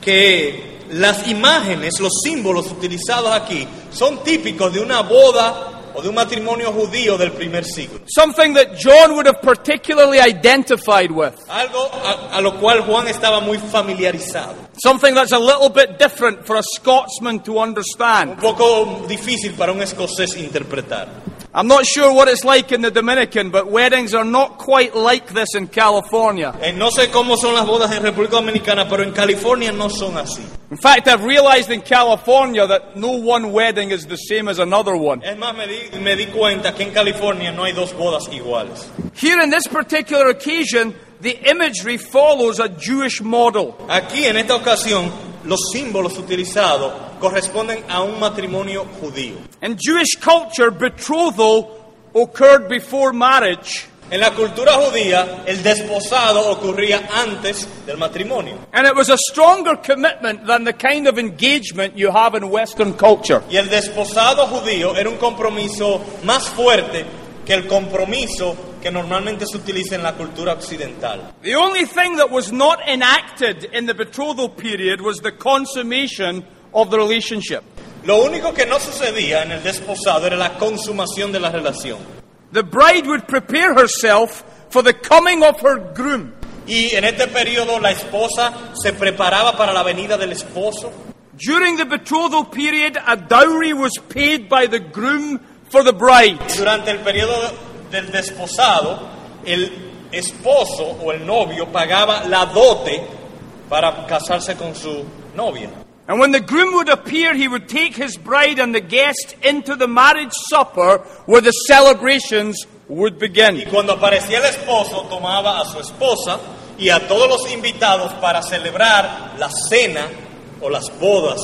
que las imágenes, los símbolos utilizados aquí son típicos de una boda o de un matrimonio judío del primer siglo.
Something that John would have particularly identified with.
Algo a, a lo cual Juan estaba muy familiarizado.
Something that's a little bit different for a Scotsman to
Un
understand.
poco difícil para un escocés interpretar.
I'm not sure what it's like in the Dominican, but weddings are not quite like this in California.
Eh, no sé cómo son las bodas en República Dominicana, pero en California no son así.
In fact, I've realized in California that no one wedding is the same as another one.
Es más, me di, me di cuenta que en California no hay dos bodas iguales.
Here in this particular occasion, the imagery follows a Jewish model.
Aquí, en esta ocasión, los símbolos utilizados corresponden a un matrimonio judío.
In Jewish culture, betrothal occurred before marriage,
En la cultura judía, el desposado ocurría antes del matrimonio.
and it was a stronger commitment than the kind of engagement you have in Western culture.
Y el desposado judío era un compromiso más fuerte que el compromiso que normalmente se utiliza en la cultura occidental.
The only thing that was not enacted in the betrothal period was the consummation of the relationship.
Lo único que no sucedía en el desposado era la consumación de la relación.
The bride would prepare herself for the coming of her groom.
Y en este periodo la esposa se preparaba para la venida del esposo.
During the betrothal period, a dowry was paid by the groom for the bride.
Durante el periodo del desposado, el esposo o el novio pagaba la dote para casarse con su novia.
And when the groom would appear, he would take his bride and the guests into the marriage supper where the celebrations would
Y
begin.
cuando aparecía el esposo, tomaba a su esposa y a todos los invitados para celebrar la cena o las bodas.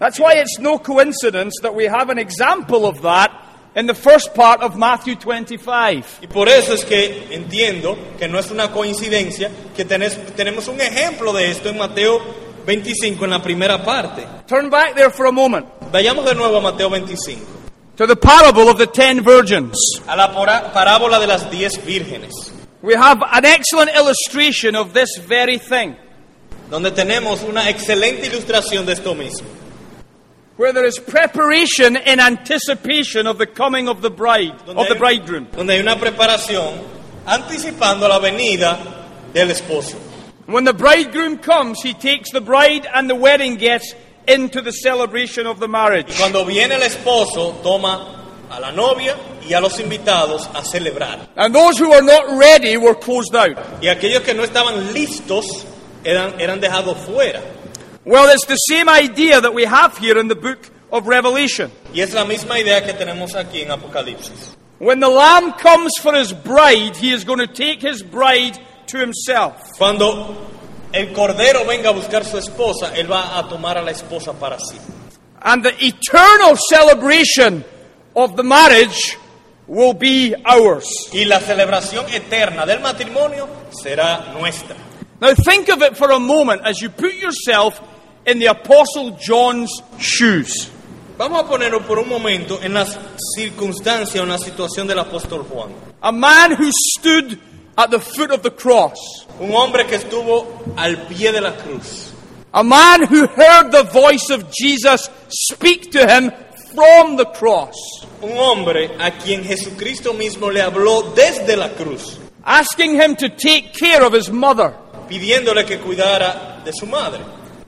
That's why it's no coincidence that we have an example of that in the first part of Matthew 25.
Y por eso es que entiendo que no es una coincidencia que tenés- tenemos un ejemplo de esto en Mateo 25 en la primera parte.
Turn back there for a moment
Vayamos de nuevo a Mateo 25,
to the parable of the ten virgins.
a la pora- parábola de las diez vírgenes,
We have an excellent illustration of this very thing,
donde tenemos una excelente ilustración de esto mismo,
where there is preparation in anticipation of the coming of the bride,
donde
of the
hay-
bridegroom.
donde hay una preparación anticipando la venida del esposo.
When the bridegroom comes, he takes the bride and the wedding guests into the celebration of the marriage.
Cuando viene el esposo, toma a la novia y a los invitados a celebrar.
And those who are not ready were closed out.
Y aquellos que no estaban listos eran, eran dejados fuera.
Well, it's the same idea that we have here in the book of Revelation.
Y es la misma idea que tenemos aquí en Apocalipsis.
When the Lamb comes for his bride, he is going to take his bride to himself.
Cuando el cordero venga a buscar su esposa, él va a tomar a la esposa para sí.
And the eternal celebration of the marriage will be ours.
Y la celebración eterna del matrimonio será nuestra.
Now, think of it for a moment as you put yourself in the Apostle John's shoes.
Vamos a ponernos por un momento en las circunstancias o en la situación del apóstol Juan.
A man who stood at the foot of the cross.
Un hombre que estuvo al pie de la cruz.
A man who heard the voice of Jesus speak to him from the cross,
Un hombre a quien Jesucristo mismo le habló desde la cruz,
asking him to take care of his mother,
pidiéndole que cuidara de su madre.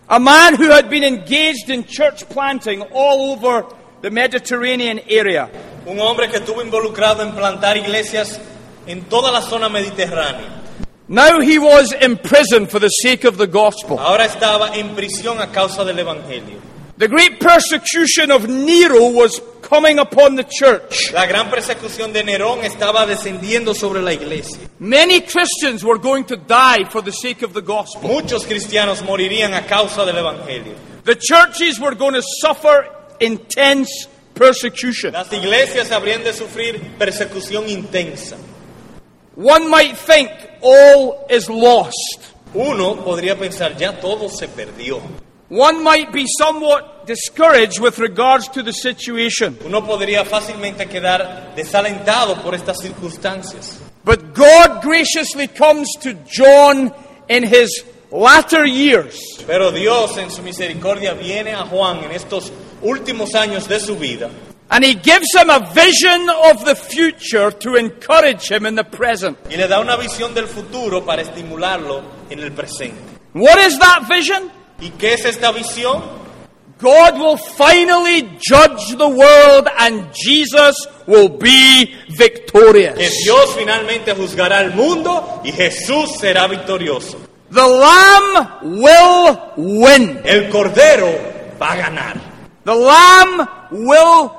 A man who had been engaged in church planting all over the Mediterranean area.
Un hombre que estuvo involucrado en plantar iglesias en toda la zona mediterránea.
Now he was imprisoned for the sake of the gospel.
Ahora estaba en prisión a causa del Evangelio.
The great persecution of Nero was coming upon the church.
La gran persecución de Nerón estaba descendiendo sobre la iglesia.
Many Christians were going to die for the sake of the gospel.
Muchos cristianos morirían a causa del Evangelio.
The churches were going to suffer intense persecution.
Las iglesias habrían de sufrir persecución intensa.
One might think all is lost.
Uno podría pensar, ya todo se perdió.
One might be somewhat discouraged with regards to the situation.
Uno podría fácilmente quedar desalentado por estas circunstancias.
But God graciously comes to John in his latter years
Pero Dios en su misericordia viene a Juan en estos últimos años de su vida
and he gives him a vision of the future to encourage him in the present.
y le da una visión del futuro para estimularlo en el presente.
What is that vision?
¿Y qué es esta visión?
God will finally judge the world and Jesus will be
Que
victorious.
Dios finalmente juzgará al mundo y Jesús será victorioso.
The Lamb will win.
El Cordero va a ganar.
The Lamb will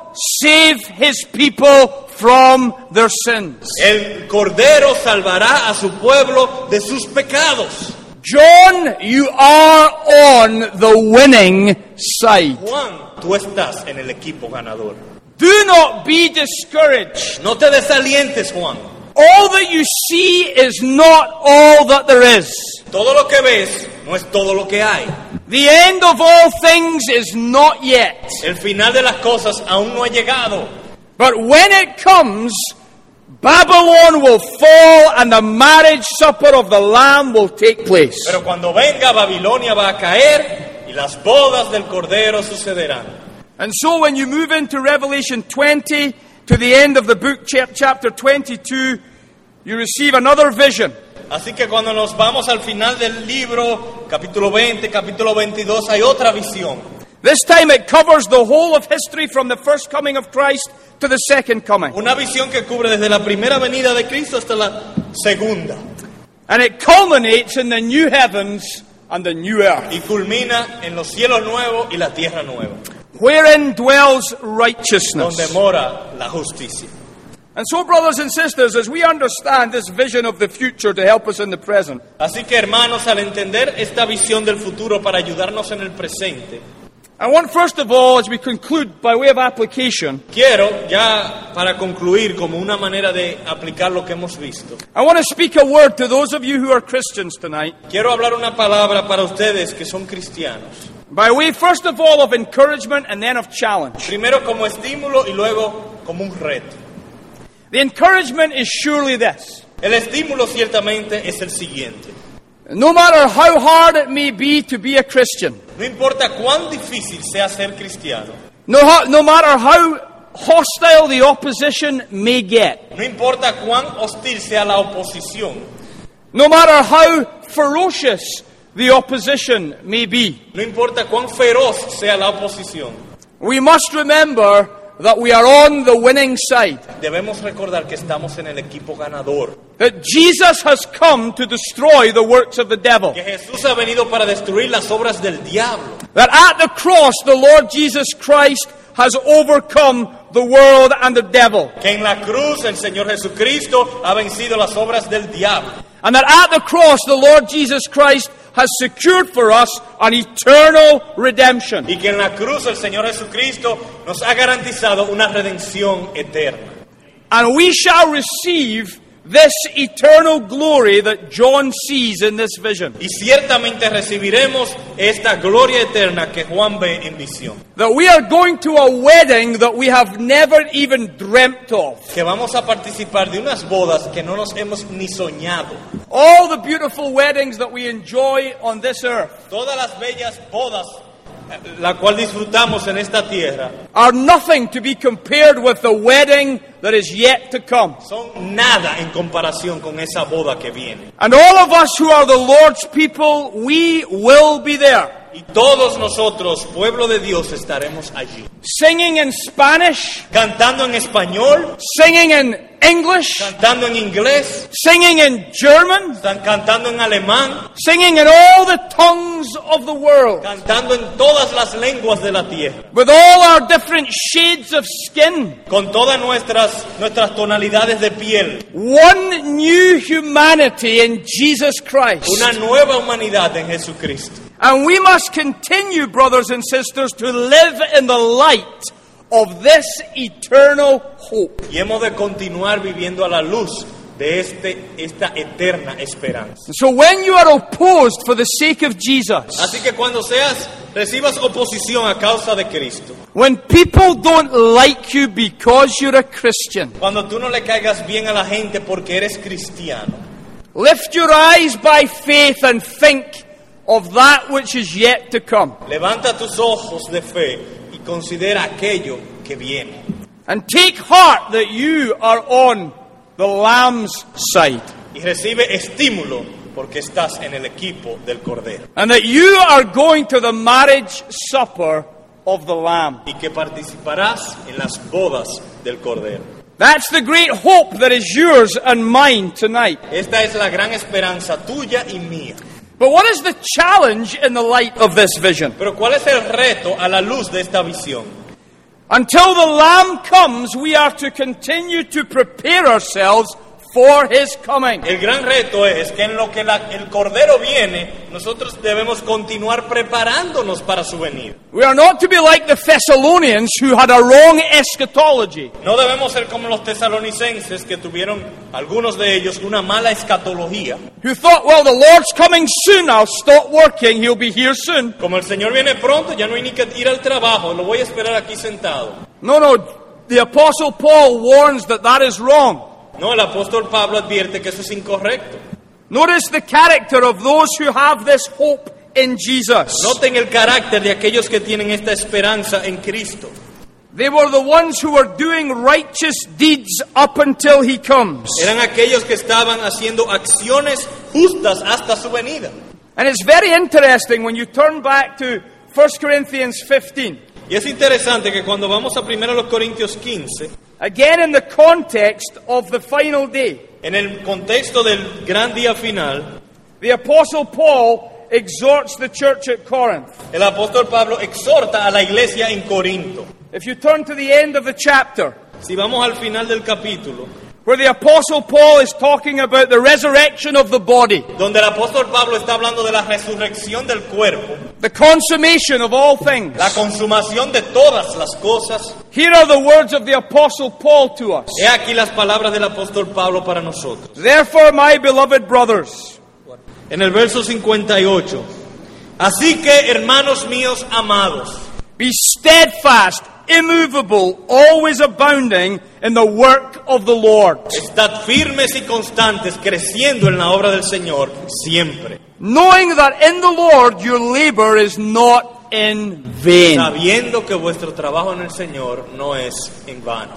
save his people from their sins.
El Cordero salvará a su pueblo de sus pecados.
John, you are on the winning side.
Juan, tú estás en el equipo ganador.
Do not be discouraged.
No te desalientes, Juan.
All that you see is not all that there is.
Todo lo que ves no es todo lo que hay.
The end of all things is not yet.
El final de las cosas aún no ha llegado.
But when it comes, Babylon will fall and the marriage supper of the Lamb will take place.
Pero cuando venga Babilonia va a caer y las bodas del Cordero sucederán.
And so when you move into Revelation 20 to the end of the book, chap- chapter 22, you receive another vision.
Así que cuando nos vamos al final del libro, capítulo 20, capítulo 22, hay otra visión.
This time it covers the whole of history from the first coming of Christ to the second coming.
Una visión que cubre desde la primera venida de Cristo hasta la segunda.
And it culminates in the new heavens and the new earth,
Y culmina en los cielos nuevos y la tierra nueva,
wherein dwells
donde
righteousness.
mora la justicia.
And so, brothers and sisters, as we understand this vision of the future to help us in the present,
Así que hermanos, al entender esta visión del futuro para ayudarnos en el presente,
I want first of all, as we conclude by way of application,
quiero ya para concluir como una manera de aplicar lo que hemos visto,
I want to speak a word to those of you who are Christians tonight,
quiero hablar una palabra para ustedes que son cristianos.
by way, first of all, of encouragement and then of challenge.
Primero como estímulo y luego como un reto.
The encouragement is surely this.
El estímulo ciertamente es el siguiente.
No matter how hard it may be to be a Christian,
No importa cuán difícil sea ser cristiano,
no, ho- no matter how hostile the opposition may get,
no importa cuán hostil sea la oposición,
no matter how ferocious the opposition may be,
No importa cuán feroz sea la oposición,
we must remember that we are on the winning side.
debemos recordar que estamos en el equipo ganador,
That Jesus has come to destroy the works of the devil.
que Jesús ha venido para destruir las obras del diablo,
That at the cross, the Lord Jesus Christ has overcome the world and the devil.
que en la cruz el Señor Jesucristo ha vencido las obras del diablo
And that at the cross, the Lord Jesus Christ has secured for us an eternal redemption.
y que en la cruz el Señor Jesucristo nos ha garantizado una redención eterna.
And we shall receive this eternal glory that John sees in this vision.
Y ciertamente recibiremos esta gloria eterna que Juan ve en visión,
That we are going to a wedding that we have never even dreamt of.
que vamos a participar de unas bodas que no nos hemos ni soñado.
All the beautiful weddings that we enjoy on this earth
Todas las bellas bodas, eh, la cual disfrutamos en esta tierra,
are nothing to be compared with the wedding that is yet to come.
son nada en comparación con esa boda que viene.
And all of us who are the Lord's people, we will be there.
y todos nosotros, pueblo de Dios, estaremos allí.
Singing in Spanish,
Cantando en español,
singing in English,
cantando en inglés,
singing in German,
están cantando en alemán,
singing in all the tongues of the world,
cantando en todas las lenguas de la tierra,
with all our different shades of skin.
con todas nuestras, nuestras tonalidades de piel.
One new humanity in Jesus Christ.
Una nueva humanidad en Jesucristo.
And we must continue, brothers and sisters, to live in the light of this eternal hope.
Y hemos de continuar viviendo a la luz de este, esta eterna esperanza.
So when you are opposed for the sake of Jesus,
Así que cuando seas, recibas oposición a causa de Cristo.
when people don't like you because you're a Christian,
Cuando tú no le caigas bien a la gente porque eres cristiano,
lift your eyes by faith and think of that which is yet to come.
levanta tus ojos de fe y considera aquello que viene.
And take heart that you are on the Lamb's side.
Y recibe estímulo porque estás en el equipo del Cordero.
And that you are going to the marriage supper of the Lamb.
Y que participarás en las bodas del Cordero.
That's the great hope that is yours and mine tonight.
Esta es la gran esperanza tuya y mía.
But what is the challenge in the light of this vision?
Pero ¿cuál es el reto a la luz de esta visión?
Until the Lamb comes, we are to continue to prepare ourselves for His coming.
El gran reto es que en lo que la- el Cordero viene, nosotros debemos continuar preparándonos para su venida.
We are not to be like the Thessalonians who had a wrong eschatology.
No debemos ser como los tesalonicenses que tuvieron, algunos de ellos, una mala escatología.
Who thought, well, the Lord's coming soon, I'll stop working, He'll be here soon.
Como el Señor viene pronto, ya no hay ni que ir al trabajo, lo voy a esperar aquí sentado.
No, no, the Apostle Paul warns that that is wrong.
No, el apóstol Pablo advierte que eso es incorrecto.
Notice the character of those who have this hope in Jesus.
Noten el carácter de aquellos que tienen esta esperanza en Cristo.
They were the ones who were doing righteous deeds up until he comes.
Eran aquellos que estaban haciendo acciones justas hasta su venida.
And it's very interesting when you turn back to 1 Corinthians 15.
Y es interesante que cuando vamos a primero a los Corintios 15,
Again, in the context of the final day,
en el contexto del gran día final,
the Apostle Paul exhorts the church at Corinth.
el apóstol Pablo exhorta a la iglesia en Corinto.
If you turn to the end of the chapter,
Si vamos al final del capítulo,
where the Apostle Paul is talking about the resurrection of the body,
donde el apóstol Pablo está hablando de la resurrección del cuerpo,
the consummation of all things,
la consumación de todas las cosas,
here are the words of the Apostle Paul to us.
he aquí las palabras del apóstol Pablo para nosotros.
Therefore, my beloved brothers,
En el verso 58, así que hermanos míos amados,
Be steadfast, immovable, always abounding in the work of the Lord,
Estad firmes y constantes, creciendo en la obra del Señor siempre,
knowing that in the Lord your labor is not in vain.
sabiendo que vuestro trabajo en el Señor no es en vano.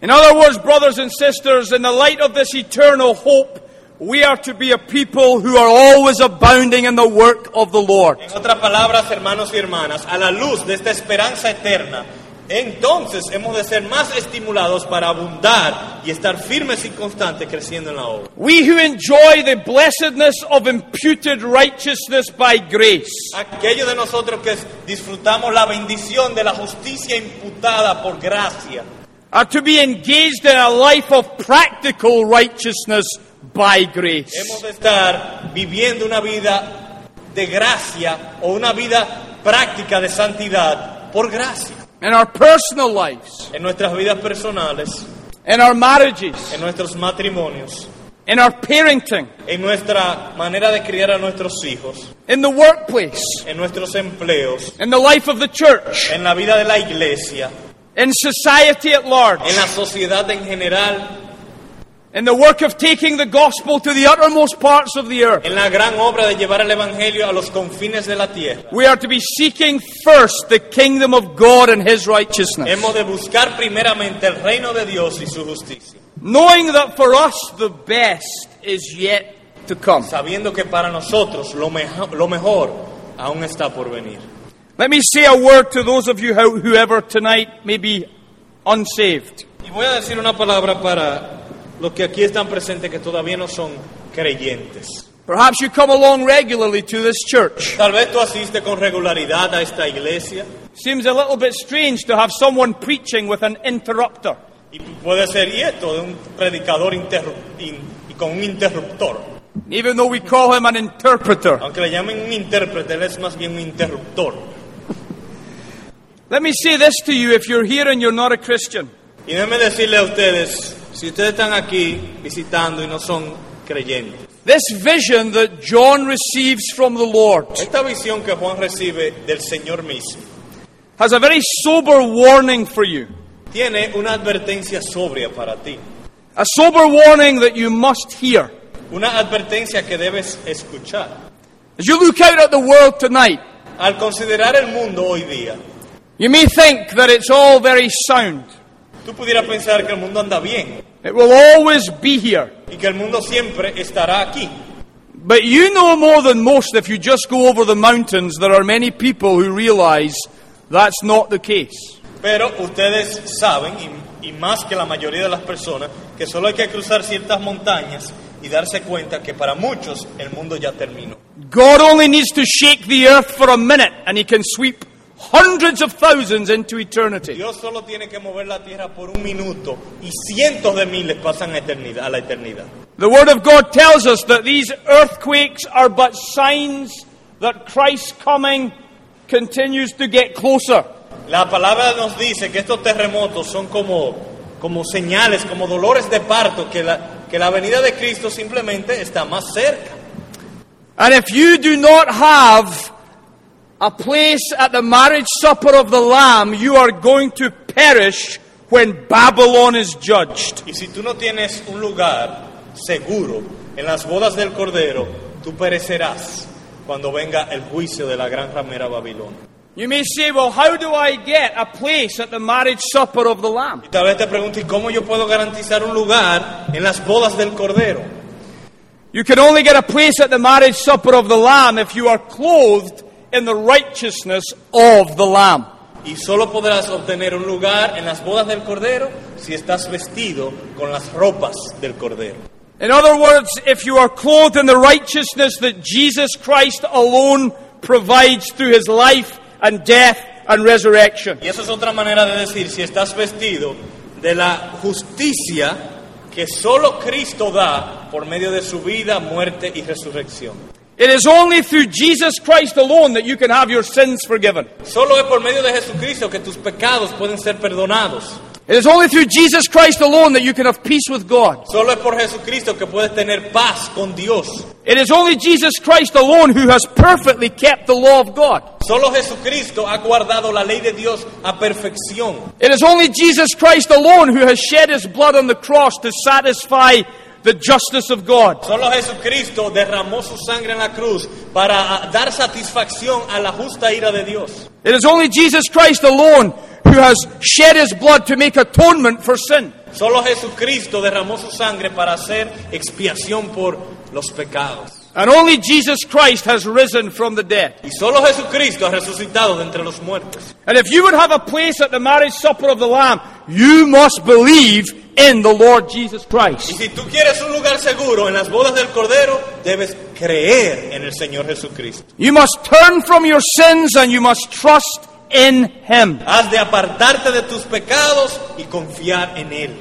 In other words, brothers and sisters, in the light of this eternal hope, we are to be a people who are always abounding in the work of the Lord.
En otras palabras, hermanos y hermanas, a la luz de esta esperanza eterna, entonces hemos de ser más estimulados para abundar y estar firmes y constantes creciendo en la obra.
We who enjoy the blessedness of imputed righteousness by grace.
Aquellos de nosotros que disfrutamos la bendición de la justicia imputada por gracia,
are to be engaged in a life of practical righteousness by grace.
Hemos de estar viviendo una vida de gracia o una vida práctica de santidad por gracia.
In our personal lives,
En nuestras vidas personales,
in our marriages,
en nuestros matrimonios,
in our parenting,
en nuestra manera de criar a nuestros hijos,
in the workplace,
en nuestros empleos,
in the life of the church,
en la vida de la iglesia,
in society at large,
en la sociedad en general,
in the work of taking the gospel to the uttermost parts of the earth.
en la gran obra de llevar el Evangelio a los confines de la tierra.
We are to be seeking first the kingdom of God and his righteousness,
Hemos de buscar primeramente el reino de Dios y su justicia,
knowing that for us the best is yet to come.
sabiendo que para nosotros lo, mejo- lo mejor aún está por venir.
Let me say a word to those of you who, whoever tonight may be unsaved.
Y voy a decir una palabra para los que aquí están presentes que todavía no son creyentes.
Perhaps you come along regularly to this church.
Tal vez tú asistes con regularidad a esta iglesia
Seems a little bit strange to have someone preaching with an interrupter.
y puede ser y esto de un predicador interru- in- y con un interruptor.
Even though we call him an interpreter.
Aunque le llamen un intérprete, él es más bien un interruptor.
Let me say this to you if you're here and you're not a Christian.
Y déjenme decirle a ustedes, si ustedes están aquí visitando y no son creyentes,
This vision that John receives from the Lord
esta visión que Juan recibe del Señor mismo
has a very sober warning for you.
tiene una advertencia sobria para ti,
A sober warning that you must hear.
una advertencia que debes escuchar.
As you look out at the world tonight,
Al considerar el mundo hoy día,
you may think that it's all very sound.
tú pudieras pensar que el mundo anda bien
It will always be here.
y que el mundo siempre estará aquí.
But you know more than most if you just go over the mountains, there are many people who realize that's not the case.
Pero ustedes saben, y, y más que la mayoría de las personas, que solo hay que cruzar ciertas montañas y darse cuenta que para muchos el mundo ya terminó.
God only needs to shake the earth for a minute and he can sweep hundreds of thousands into eternity.
Dios solo tiene que mover la tierra por un minuto y cientos de miles pasan a, eternidad, a la eternidad.
The Word of God tells us that these earthquakes are but signs that Christ's coming continues to get closer.
La palabra nos dice que estos terremotos son como, como señales, como dolores de parto, que la, que la venida de Cristo simplemente está más cerca.
And if you do not have a place at the marriage supper of the Lamb, you are going to perish when Babylon is judged.
Y si tú no tienes un lugar seguro en las bodas del Cordero, tú perecerás cuando venga el juicio de la gran ramera Babilonia.
You may say, Well, how do I get a place at the marriage supper of the Lamb?
Y tal vez te preguntes, ¿cómo yo puedo garantizar un lugar en las bodas del Cordero?
You can only get a place at the marriage supper of the Lamb if you are clothed in the righteousness of the Lamb.
Y solo podrás obtener un lugar en las bodas del Cordero si estás vestido con las ropas del Cordero.
In other words, if you are clothed in the righteousness that Jesus Christ alone provides through his life and death and resurrection.
Y eso es otra manera de decir, si estás vestido de la justicia que solo Cristo da por medio de su vida, muerte y resurrección.
It is only through Jesus Christ alone that you can have your sins forgiven.
Solo es por medio de Jesucristo que tus pecados pueden ser perdonados.
It is only through Jesus Christ alone that you can have peace with God.
Solo es por Jesucristo que puedes tener paz con Dios.
It is only Jesus Christ alone who has perfectly kept the law of God.
Solo Jesucristo ha guardado la ley de Dios a perfección.
It is only Jesus Christ alone who has shed his blood on the cross to satisfy the justice of God.
Solo Jesucristo derramó su sangre en la cruz para ah, dar satisfacción a la justa ira de Dios.
It is only Jesus Christ alone who has shed his blood to make atonement for sin.
Solo Jesucristo derramó su sangre para hacer expiación por los pecados.
And only Jesus Christ has risen from the dead.
Y solo Jesucristo ha resucitado de entre los muertos.
And if you would have a place at the marriage supper of the Lamb, you must believe in the Lord Jesus
Y
Christ.
si tú quieres un lugar seguro en las bodas del Cordero, debes creer en el Señor Jesucristo.
You must turn from your sins and you must trust in Him.
Has de apartarte de tus pecados y confiar en Él.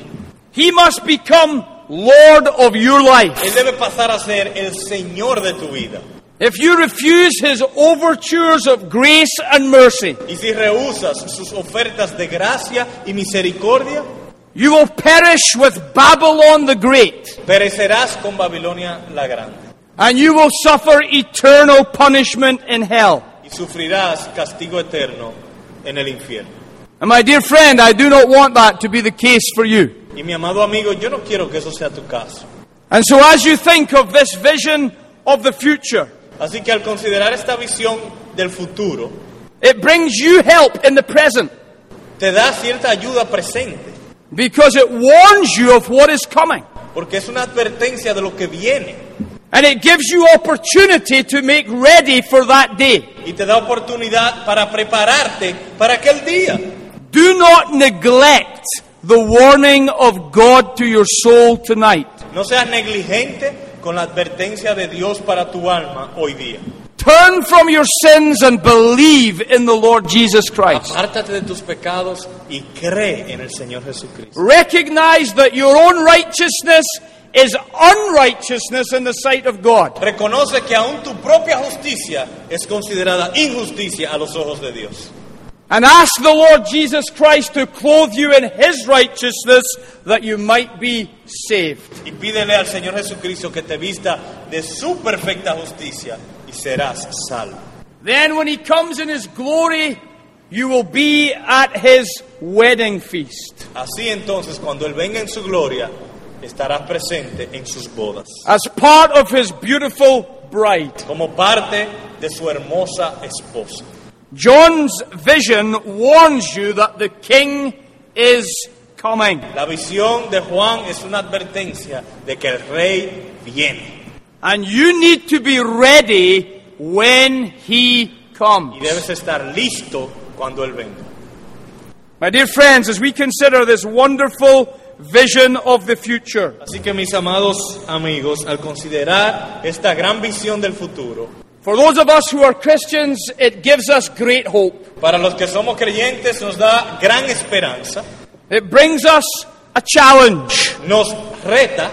He must become Lord of your life.
Él debe pasar a ser el Señor de tu vida.
If you refuse His overtures of grace and mercy,
Y si rehusas sus ofertas de gracia y misericordia,
you will perish with Babylon the Great
perecerás con Babilonia la Grande.
and you will suffer eternal punishment in hell.
Y sufrirás castigo eterno en el infierno.
And my dear friend, I do not want that to be the case for you.
Y mi amado amigo, yo no quiero que eso sea tu caso.
And so, as you think of this vision of the future,
Así que al considerar esta visión del futuro,
it brings you help in the present
te da cierta ayuda presente.
because it warns you of what is coming.
Porque es una advertencia de lo que viene.
And it gives you opportunity to make ready for that day.
y te da oportunidad para prepararte para aquel día.
Do not neglect the warning of God to your soul tonight.
No seas negligente con la advertencia de Dios para tu alma hoy día.
Turn from your sins and believe in the Lord Jesus Christ.
Apártate de tus pecados y cree en el Señor Jesucristo.
Recognize that your own righteousness is unrighteousness in the sight of God.
Reconoce que aún tu propia justicia es considerada injusticia a los ojos de Dios.
And ask the Lord Jesus Christ to clothe you in his righteousness that you might be saved.
Y pídele al Señor Jesucristo que te vista de su perfecta justicia y serás salvo.
Then, when he comes in his glory, you will be at his wedding feast.
Así entonces, cuando Él venga en su gloria, estarás presente en sus bodas,
as part of his beautiful bride.
como parte de su hermosa esposa.
John's vision warns you that the king is coming.
La visión de Juan es una advertencia de que el rey viene
And you need to be ready when he
y
comes.
debes estar listo cuando Él venga.
My dear friends, as we consider this wonderful vision of the future,
Así que mis amados amigos, al considerar esta gran visión del futuro,
for those of us who are Christians, it gives us great hope.
para los que somos creyentes nos da gran esperanza,
It brings us a challenge.
nos reta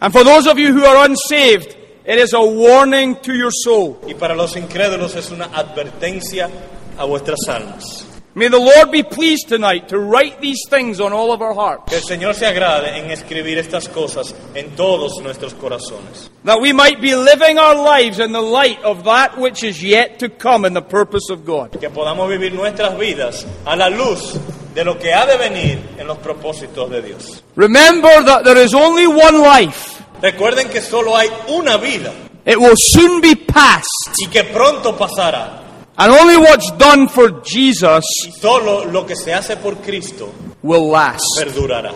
And for those of you who are unsaved, it is a warning to your soul.
y para los incrédulos es una advertencia a vuestras almas.
May the Lord be pleased tonight to write these things on all of our hearts,
Que el Señor se agrade en escribir estas cosas en todos nuestros corazones,
that we might be living our lives in the light of that which is yet to come in the purpose of God.
que podamos vivir nuestras vidas a la luz de lo que ha de venir en los propósitos de Dios.
Remember that there is only one life.
Recuerden que solo hay una vida
It will soon be past,
y que pronto pasará.
and only what's done for Jesus
Y solo lo que se hace por Cristo
will last.
perdurará.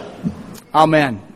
Amen.